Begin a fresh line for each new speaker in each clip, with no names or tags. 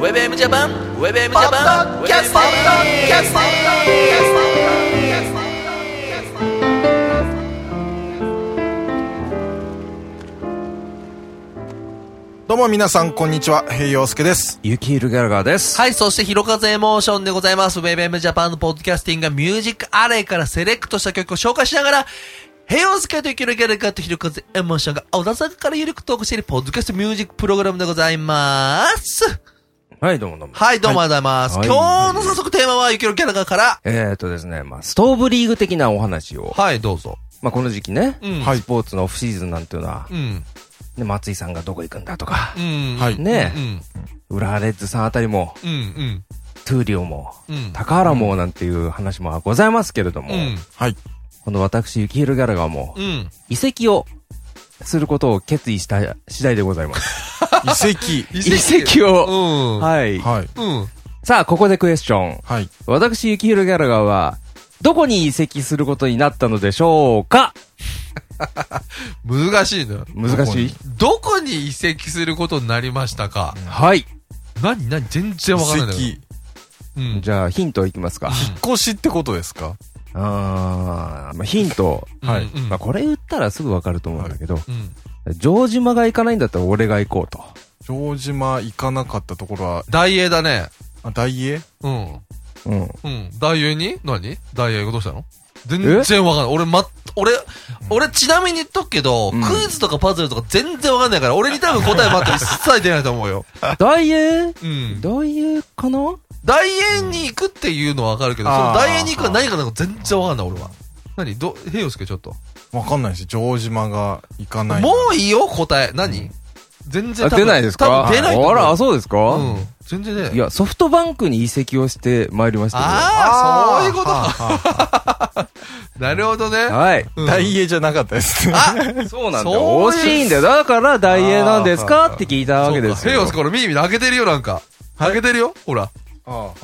WebM ジャパン WebM ジャパン
キャストキャストキャストキャストキャスト
どうも皆さん、こんにちは。平洋介です。
ユキヒル・ギャラガーです。
はい、そして、ひろかずエモーションでございます。WebM ジャパンのポッドキャスティングがミュージックアレイからセレクトした曲を紹介しながら、ヘヨンスケとゆきるギャルガーとひろかずエモーションが小田坂からゆるくトークしているポッドキャストミュージックプログラムでございます。
はい、どうもどうも。
はい、どうもありがとうございます。
はい
今日の早速テーマはゆきるギャルガーから、
えーとですね、まあ、ストーブリーグ的なお話を、
はい、どうぞ。
まあ、この時期ね、
うん。
はい
スポーツのオフシーズンなんていうのは
う、ん。
ね、松井さんがどこ行くんだとか
う、ん。
はい
ね
う、ん。
浦和レッズさんあたりも、
うん。うん。
トゥーリオも、
うん。
高原もなんていう話もございますけれども、
うん。
はい。
この私、ユキヒル・ギャラガーも
う、ん。
移籍を、することを決意した次第でござい ます。
遺
遺
遺跡
う
を、
ん。
はい。
跡。はい。
うん。
さあ、ここでクエスチョン。
はい。
私、雪広ギャラガーは、どこに移籍することになったのでしょうか
難しいな。
難しい
どこに移籍することになりましたか
はい。
何何全然わかんないんだけど。
遺
うん。
じゃあ、ヒントいきますか。
跡。引っ越しってことですか
あー、まあ、ヒント。
うん
はい
うん
まあ、これ言ったらすぐわかると思うんだけど、
うん。
城島が行かないんだったら俺が行こうと。
城島行かなかったところは、
大英だね。
あ、大英
うん。
うん。
うん。大英に何大英がどうしたの全然わかんない。俺、ま、俺、俺ちなみに言っとくけど、
ん
クイズとかパズルとか全然わかんないから、俺に多分答え待って一切出ないと思うよ。
大英
うん。
大英かな
大英に行くっていうのはわかるけど、
うん
その
あー
大英に行くは何かなんか全然わかんない、俺は。何ど、平洋介ちょっと。
わかんないし、城島が行かない。
もういいよ、答え。何全然
あ
多分
出ないですか
多分出ないと思う
あら、あそうですか
うん。全然出ない。
いや、ソフトバンクに移籍をしてまいりましたけ
ああ、そういうことか。
か。
なるほどね。
ど。はい。
うん
大英じゃなかったですね。
そうなん
だ
だ
よ
惜しいんだよ。だから、大英なんです
あ
か
ー
って聞いたわけです
ヘ
よ。
ヨスこれ耳開けてるよ、なんか。開けてるよ、ほら。
ああ、はい。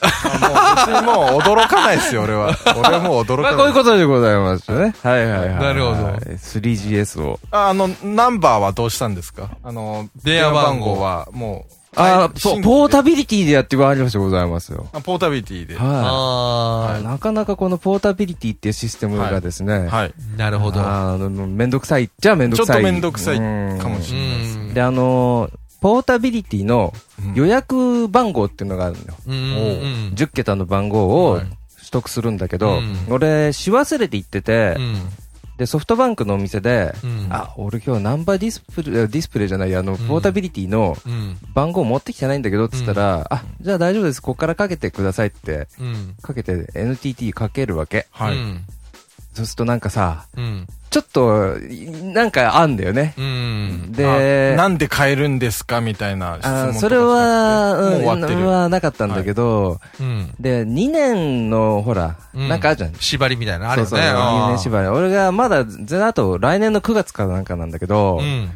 あもう、別にもう驚かないですよ、俺は。俺はもう驚か
ま
な
あ、
い。
こういうことでございましたね。はいはいはい。
なるほど
3GS を。
ああの、ナンバーはどうしたんですかあの、
電話番号
はもう、
あーそう、ポータ
ビ
ビリティでやってありましてございますよ。
あ、ポータビリティで。
は
あ
い。なかなかこのポータビリティっていうシステムがですね、
はい。
ー。なるほど。
あの、めんどくさいっちゃめんど
ちょっ
くさ
と
い。
めんどくさいかも
し
し
う
れないです。
ん。
で、あのー、ポータビリティの予約番号っていうのがあるのよ。
うんうん。
10桁の番号を
はい
取得するんだけど、
うん
俺、し忘れて行ってて
う、ん。
で、ソフトバンクのお店で、
うん。
あ、俺今日ナンバーディスプレイ、ディスプレイじゃない、あの、
ん
ポータビリティの
うん。
番号持ってきてないんだけど、つったら、あ、じゃあ大丈夫です、ここからかけてくださいって、
うん。
かけて NTT かけるわけ。
はい。
うん。
そうするとなんかさ、
うん。
ちょっと、いなんかあんだよね。
うん。
で
あ、なんで買えるんですかみたいな質問とかじゃな
あ
くて
それは、
もう
うん、
終わってる。
はなかったんだけど、
うん。
で、2年の、ほら、
うん
なんかあるじゃん。
縛りみたいなのあるよね。
そうそう、2年縛り。俺がまだ、ぜあと、来年の9月からなんかなんだけど、
うん。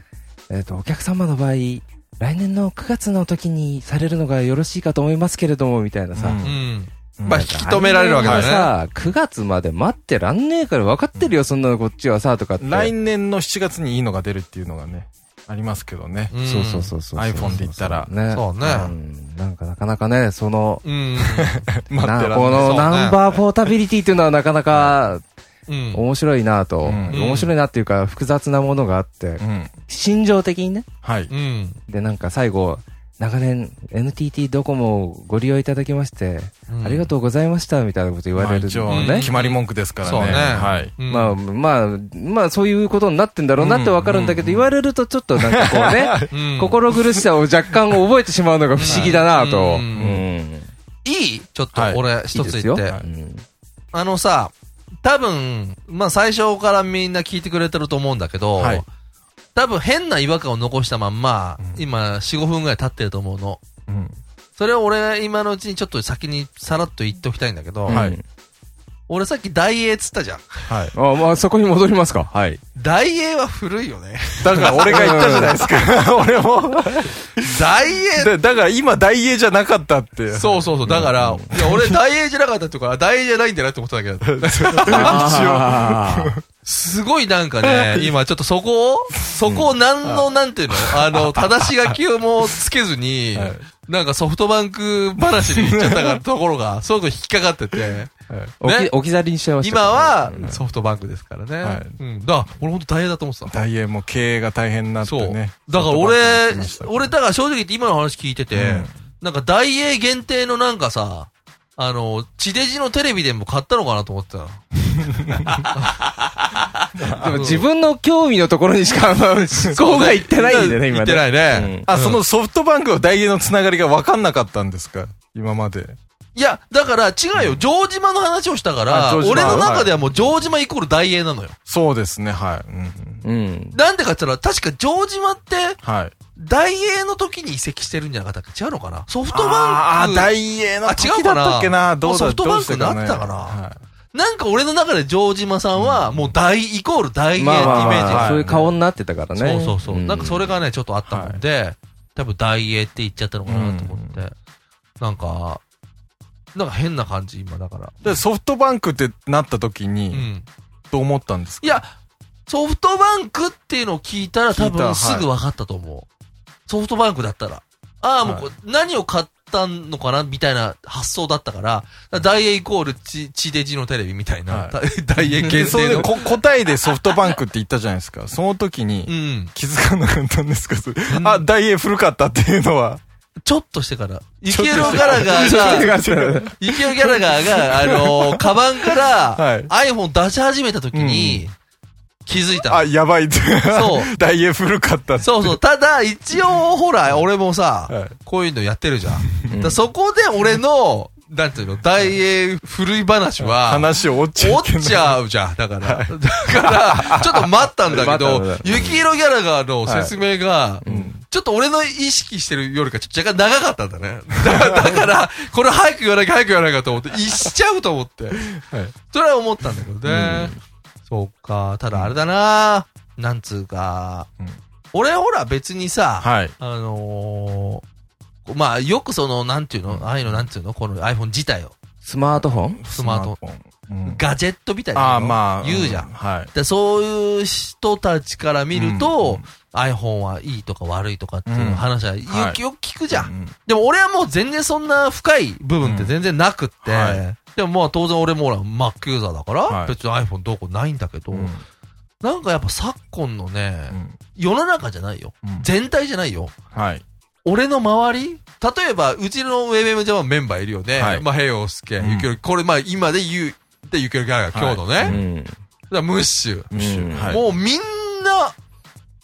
えっ、と、お客様の場合、来年の9月の時にされるのがよろしいかと思いますけれども、みたいなさ。
うん
うん。
うん
まあ、引き止められるわけだよね。
さ、9月まで待ってらんねえから分かってるよ、そんなのこっちはさ、とかって。
来年の7月にいいのが出るっていうのがね、ありますけどね。
ん
そうそうそうそう。
iPhone で言ったら
ね。
そうね
んなんかなかなかね、その、
うん。
待っ
な
てら
こ
んない。
そう
の
ね
ナンバーポータビリティっていうのはなかなか
うん。
面白いなと、
うん
面白いなっていうか複雑なものがあって、
うん。
心情的にね。
はい。
うん。
で、なんか最後、長年 NTT ドコモをご利用いただきまして、
うん
ありがとうございましたみたいなこと言わ
まあ
れる
一応
のね。
決まり文句ですからね。
そうね。
はい。
うん
まあ、まあ、まあ、そういうことになってんだろうなってわかるんだけど、
うん
言われるとちょっとなんかこうね、
うん
心苦しさを若干覚えてしまうのが不思議だなと。
う
うんん。
いいちょっと
はい
俺一つ言っ
い
て
いですよ。うん
あのさ、多分、まあ最初からみんな聞いてくれてると思うんだけど、
はい
多分変な違和感を残したまんま、今4、5分ぐらい経ってると思うの。
うん
それを俺今のうちにちょっと先にさらっと言っておきたいんだけど、
はい
うん
俺さっき大英っつったじゃん。
はい。
あ、まあ、そこに戻りますか。はい。
大英は古いよね。
だから俺が言ったじゃないです か。俺も。
大英
だだから今大英じゃなかったって。
そうそうそう。だから、 いや俺大英じゃなかったって言うから、大英じゃないんだなって思っただけだった。
一応。
あー
すごいなんかね、今ちょっとそこを、そこを何の、なんていうのあ の、正し書きをもうつけずに、なんかソフトバンク話に行っちゃったからところ が、すごく引っかかってて、
置き
ね
置き去りにしちゃいました
今
から。
はソフトバンクですからね。
はい
うん。だから、俺ほんと大変だと思ってた。
大英も経営が大変になって
そう。
ね。
だから
ちょっ
俺
とバッと来ました、
俺だから正直言って今の話聞いてて、
うん
なんか大英限定のなんかさ、あの、地デジのテレビでも買ったのかなと思ってたの。
でも自分の興味のところにしか、まあ思考がいってないんでね、今
行
ね。
ってないね。
あ、そのソフトバンクと大英のつながりが分かんなかったんですか今まで。
いや、だから違うよ。城島の話をしたから、
あ城島
俺の中ではもう城島イコール大英なのよ。
そうですね、はい。うんうん
うん。
なんでかって言ったら、確か城島って、
はい。
大英の時に移籍してるんじゃなかったっけ違うのかなソフト
あ
バ
あ
ン
ー、
ク。
大英の
あ違
時
うか
だ
な
ったっけなどうだ
もうソフトバンクになってたかななんか俺の中で城島さんは、もう大、イコール大英ってイメ
まあまあ
ージ
ま
が
あ、
はい
そういう顔になってたからね。
そうそうそう。
ん
なんかそれがね、ちょっとあったもんで、多分大英って言っちゃったのかなと思って。なんか、なんか変な感じ、今だから。
で、ソフトバンクってなった時
う
に、
ん。
どう思ったんですか
いや、ソフトバンクっていうのを聞いたら多
聞いたは
分
い
すぐ分かったと思う。ソフトバンクだったら。ああ、もうこう、何を買ったのかなみたいな発想だったから、だから大英イコール地、地デジのテレビみたい な、
は
大英
で
限
それ
定
で
の。
こ答えでソフトバンクって言ったじゃないですか。その時
う
に
ん。
気づかなかったんですかそれ
ん
あ、大英古かったっていうのは。
ちょっとしてから、イケロガラガーが、 イケオギャラガーが、あのー、カバンから、
はい
iPhone 出し始めた時に、気づいたの
あ、やばいって。
そ
大英古かったって。
そうそう。ただ、一応、ほら、俺もさ
はい、
こういうのやってるじゃん。だからそこで俺の、なんていうの、大英古い話は、
話を折っちゃいけ
折
ない。
っちゃうじゃん。だから、だから、ちょっと待ったんだけ ど
待ったん、
雪色ギャラガーの説明が、ちょっと俺の意識してるよりか、ちょっと若干長かったんだね。だだから、これ早く言わなきゃ早く言わなきゃと思って、一しちゃうと思って。
はい
それは思ったんだけどね。そうか、ただあれだな、なんつうか、
うん
俺ほら別にさ、
はい。
あのーまあよくその、なんていうの、ああいうのなんていうのこの iPhone 自体を、
スマートフォン
スマート
フォン。うん
ガジェットみたい
あ
な
あ、
の
まあ。
言うじゃん。
はい。
でそういう人たちから見ると、
うん
iPhone はいいとか悪いとかっていう話はよく,、
うんはい
よく聞くじゃん,、
うん
でも俺はもう全然そんな深い部分って全然なくって、
うんは
でもまあ当然俺もほら Mac ユーザーだから、
はい
別に iPhone どうこうないんだけど、
うん
なんかやっぱ昨今のね、
うん
世の中じゃないよ。
うん
全体じゃないよ。
はい。
俺の周り例えば、うちのウェブムジャパンメンバーいるよね。
はい
まあ、平洋介、
うん
ゆきおり、これまあ今で言う、で、ゆきおりが今日のね、
は
だ
い
うん。
からムッシュ。
むしろ
うん
はい
もうみんな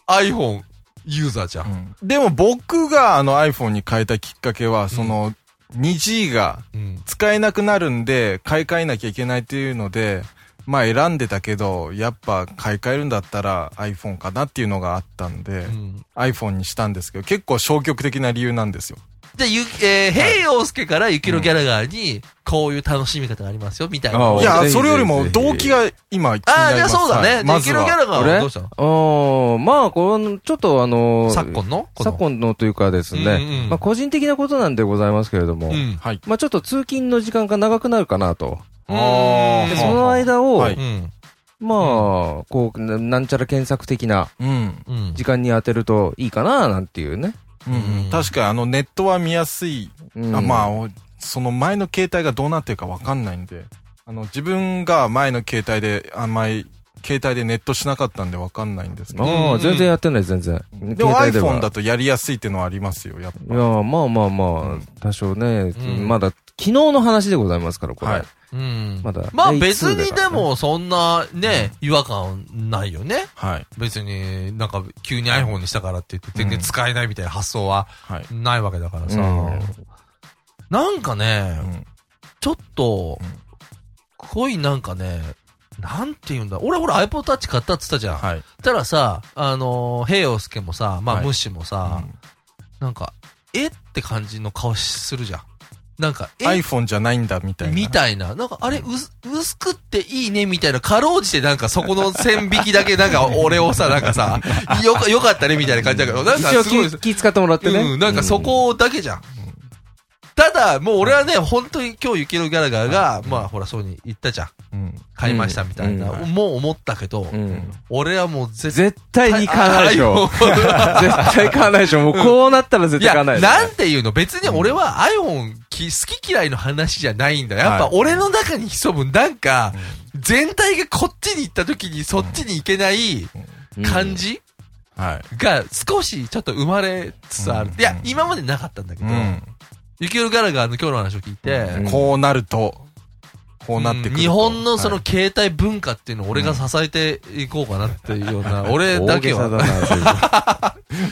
iPhone ユーザーじゃん。
でも僕があの iPhone に変えたきっかけは、その 2G が
うん。
使えなくなるんで、買い替えなきゃいけないっていうので、まあ選んでたけど、やっぱ買い替えるんだったら iPhone かなっていうのがあったんで、iPhone にしたんですけど、結構消極的な理由なんですよ。
じゃあ、ゆ、えー、平洋介から雪のギャラガーに、こういう楽しみ方がありますよ、みたいな。
あお
あ
いや
ぜ、ひ
それより
ぜ
も
ひ
動機が今気に
あー、
なり
じゃ
ま
あ
す。
そうだね。
ま
雪
ず
のギャ
は。
ラガーは
俺
どうしたの
おーまあ、この、ちょっとあのー
昨今のこの
昨今のというかですね、
うんうん
まあ個人的なことなんでございますけれども、
うん。
はい。
まあちょっと通勤の時間が長くなるかなと。
あー
で
うん
その間を、
はい
うん。
まあ、こう、ななんちゃら検索的な
うん。
うん。
時間に当てるといいかな、なんていうね。
うん。確かにあのネットは見やすい
うん
あまあ、おその前の携帯がどうなってるかわかんないんで、あの、自分が前の携帯で、あんまり、携帯でネットしなかったんでわかんないんですけど。
あ
う
あ、
ん
全然やってない、全然。
でも
携帯は
iPhone だとやりやすいっていうのはありますよ、やっ
いやー、まあまあまあ、多少ね、
うん
まだ、昨日の話でございますから、これ。
はい
うん。
まだ。
まあ
第
別
一通だ
に
か
で
らね、
もそんなね、違和感ないよね。
ぱ。はい。
別になんか急に iPhone にしたからって言って全然使えないみたいな発想は
はい。
ないわけだからさ。
うん
なんかね、
うん
ちょっと
うん、
濃いなんかね、なんて言うんだ。俺ほら iPod Touch 買ったって言ったじゃん。
はい。
たらさ、あのー、平洋介もさ、まあ、
はい
ムッシュもさ、なんか、えって感じの顔するじゃん。なんか、え
iPhone じゃないんだ、みたいな。
みたいな。なんか、あれ、うす、薄くっていいね、みたいな。かろうじて、なんか、そこの線引きだけ、なんか、俺をさ、なんかさ、よか、よかったね、みたいな感じだけど、なんか、
一応
すごい
気、気使ってもらってね。
うん、なんかそこだけじゃん。ただ、もう俺はね、本当に今日、雪のギャラガーが、まあ、ほら、そうに言ったじゃん。
うん。
買いましたみたいな、
うん
う
もう思ったけど、
うん。
俺はもう絶
絶対に買わないでしょ。絶対買わないでしょ。もうこうなったら絶
い
対
や、
買わないでしょ。
なんていうの別に俺は iPhone き好き嫌いの話じゃないんだ。やっぱ
はい
俺の中に潜む、なんか、全体がこっちに行った時にそっちに行けない感じ
はい。
が少しちょっと生まれつつある
う。ん
いや、今までなかったんだけ
う
ど、
ん。
ゆきるガラガーの今日の話を聞いて、
うん
こうなると、こうなってくると。
うん日本のその
はい
携帯文化っていうのを俺が支えていこうかなっていうよう な、俺だ
大
け
げ
は。
さだなそれ。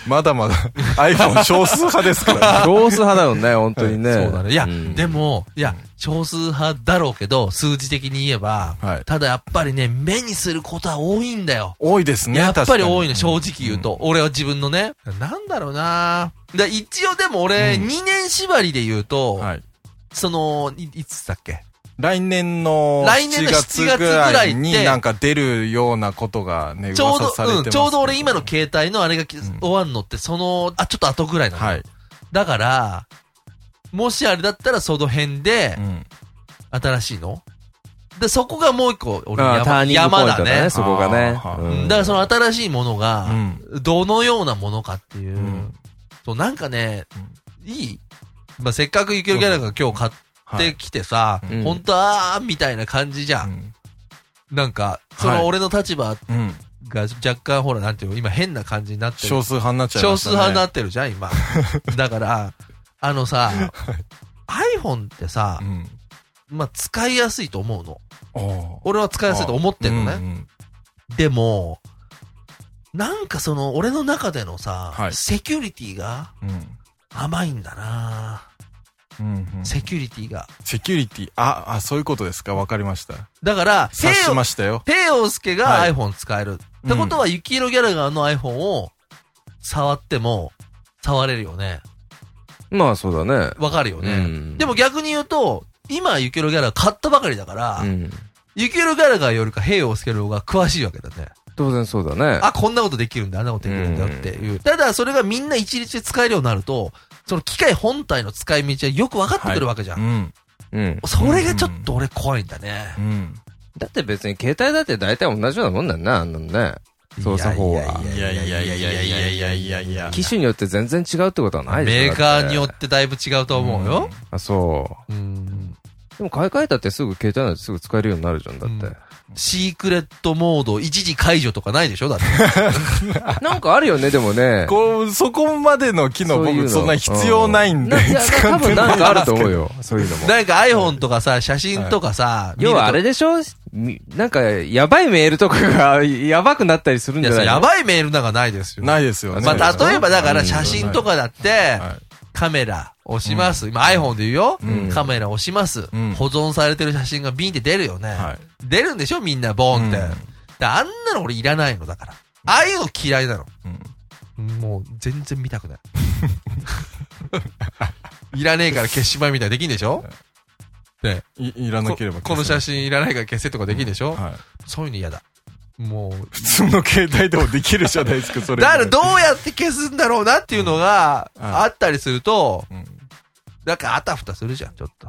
まだまだ iPhone 少数派です から。
ロース派だよね、本当に ね。
そうだね。いや、
うん
でも、いや、少数派だろうけど、数字的に言えば、
はい
ただやっぱりね、目にすることは多いんだよ。
多いですね。
やっぱり多いの、
確か
正直言うと。俺は自分のね。なんだろうなだ一応でも俺、
うん
2年縛りで言うと、
にはい。
その、いいつだっけ
来年の
来年
7
の
月
7
ぐ
月ぐ
ら
らい
い
って
になんか出るようなことがね、
ちょう
噂
ど
されて、ま
う
す
ん、
ね
ちょうど俺今の携帯のあれがき、
ん
終わんのって、その、あ、ちょっと後ぐらいなの。
はい。
だから、もしあれだったらその辺で
う、ん。
新しいので、そこがもう一個、俺
ああター
山、
ニングポイ
山
ン
だ
トだ
ね
ね、。そこがね
あ。ー
う
うん
ん
だからその新しいものが
う、ん。
どのようなものかっていう。
うん
そうなんかね、いいまあ、せっかくゆきるキャラが今日買っ
はい
てきてさ、
いうん
本当は、みたいな感じじゃん。なんか、そ
はい
の俺の立場
うん。うん。
が若干ほら、なんていうの、今変な感じになってる。
少数派になっちゃい
少
まし
数
たね。
派になってるじゃん、 今。だから、あのさ、iPhone ってさ、
うん。
まあ、使いやすいと思うの。
おー
俺は使いやすいと思ってるのね。
うんうん
でも、なんかその、俺の中でのさ、
はい
セキュリティが
うん
甘いんだな
うんうん
セキュリティが。
セキュリティ、あ、あ、そういうことですか。わかりました。
だから、ペ
察し
ヨ
ま、したよ。
ペヨスケが
はい
iPhone 使える。ってことは、雪色ギャラガーの iPhone を触っても、触れるよね。
まあそうだね。
わかるよ
う
ね。
ん
でも、逆に言うと、今、雪色ギャラガー買ったばかりだから、
うん
雪色ギャラガーよりか、平洋介の方が詳しいわけだね。
当然そうだね。
あ、こんなことできるんだ、あんなことできるんだっていう。ただ、それがみんな一日で使えるようになると、その機械本体の使い道はよく分かってくるわけじゃん。
うん。
うん。
それがちょっと俺怖いんだね。
うん。
だって別に携帯だって大体同じようなもんだよな、あんなのね。操作法は。
いやいやいやいやいやいやいやいや。
機種によって全然違うってことはないでしょ
メーカーによ
だ
っててだいぶ違うと思うよ。
あ、そう。
うん。
でも買い替えたってすぐ携帯なんてすぐ使えるようになるじゃん、だって。
シークレットモード一時解除とかないでしょだって。
なんかあるよね、でも ね。
こう、そこまでの機能
ういう
僕
の
そんな必要ないんで
ういや、
使
多
って
分
ない
なんかあると思う よ。そういうのも。
なんか iPhone とかさ、写真とかさ、見る
要
と
はあれでしょみなんか、やばいメールとかが、 やばくなったりする
い
んじ
や、
ゃ
そ
な
れ
い
や
の
ばいメールなんかないですよ。
ないですよね。
まあ、例えばだから
うん
写真とかだって、
はい
カメラ押します。今 iPhone で言うよ。
ん
カメラ押します、
うん
保存されてる写真がビンって出るよね。
は
出るんでしょみんなボーンって。
うん
であんなの俺いらないのだから。ああいうの嫌いなの。
うん
もう全然見たく ない。いらねえから消しまみたいなできんでしょで
いいらな
こ
ければ
この写
真
真いらないから消せとかできんでしょ、
はい
そういうの嫌だ。もう、
普通の携帯でもできるじゃないですかそれ
だからどうやって消すんだろうなっていうのが
うんはい
あったりすると、
うん
なんかあたふたするじゃん、ちょっと。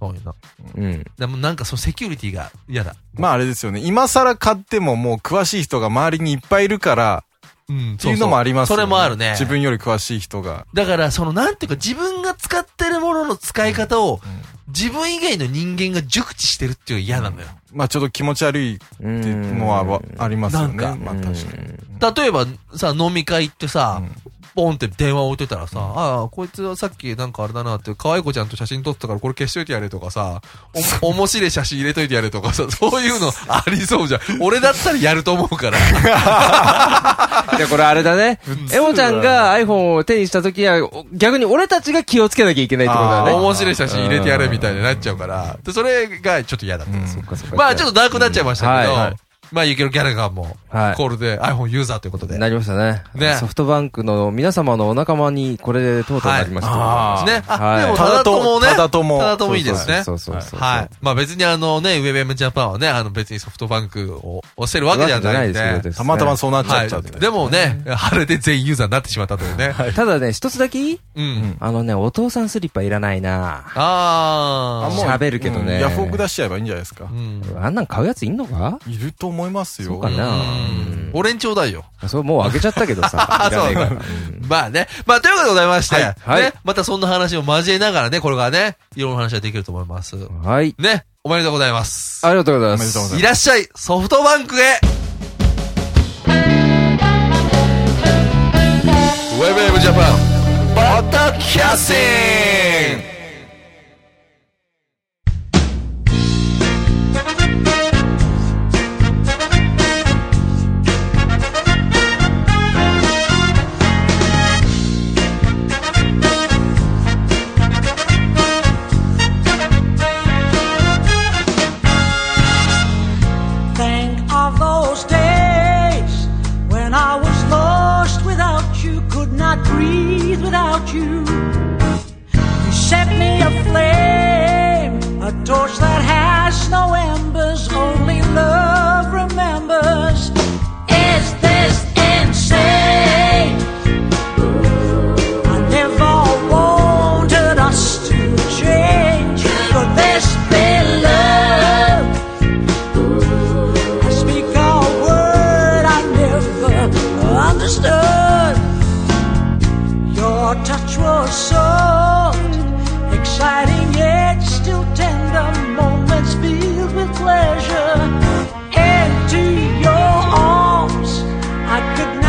そういうの。
うん。
でもなんかそのセキュリティが嫌だ。
まああれですよね今更買ってももう詳しい人が周りにいっぱいいるから
うん、っ
っていうのもあります
そ
よね
れもあるね。
自分より詳しい人が
だから、その、なんていうか、自分が使ってるものの使い方を、自分以外の人間が熟知してるっていうのが嫌なのよ。
まあちょっと気持ち悪いっていうのはわありますよね
なん
まあ確かに
例えば、さ、飲み会行ってさ、
うん
ポンって電話置いてたらさ、ああ、こいつはさっきなんかあれだなって、可愛い子ちゃんと写真撮ってたからこれ消しといてやれとかさ、 お、面白い写真入れといてやれとかさ、そういうのありそうじゃん。俺だったらやると思うから。
で、これあれ だね。エモちゃんが iPhone を手にした時は、お逆に俺たちが気をつけなきゃいけないってことだ
あー
ね。
面白い写真入れてやれみたいになっちゃうから、で、それがちょっと嫌だったんですよ
そっかそっか
まあちょっとダークになっちゃいましたけど、
うんはい
まあ、ユキロギャラガーも、
はい
コールで iPhone ユーザーということで。
なりましたね。
ね
ソフトバンクの皆様のお仲間にこれでとうとうなりましたね。
はいあー
ね。あ、
はい
でも、ただともね。
ただとも
ただともいいですね。
そうそうそうそう。
はい。まあ別にあのね、ウェブ m ジャパンはね、あの別にソフトバンクを押せるわけじゃないんで。
わけじゃないですけどです
たまたまそうなっちゃ
は
っちゃって。
い。でもね、晴れて全員ユーザーになってしまったというね。
ただね、一つだけいい
うん。
あのね、お父さんスリッパいらないな
あー。
喋るけどね
うんヤフオク出しちゃえばいいんじゃないですか
う。ん。
あんなん買うやついんのか
いると思いますよ。
そうかな
うん俺んちょうだいよ。
そう、もうあげちゃったけどさ。
あ
いら
そ
な
う
いからうん
まあね。まあ、ということでございまして、
はいはい
ね。またそんな話を交えながらね、これがね、いろんな話ができると思います。
はい。
ね。おめでとうございます。
ありがとうございま。
おめでとうございます
いらっしゃい、ソフトバンクへウェブエムジャパン、バタキャスティング
Think of those days when I was lost without you, could not breathe without you. You set me aflame, a torch that has no embers, only love remembers. Is this insane? I never wanted us to change. Could this be love? I speak a word I never understood. Your touch was soft, exciting yet still tender. Moments filled with pleasure. Into your arms, I could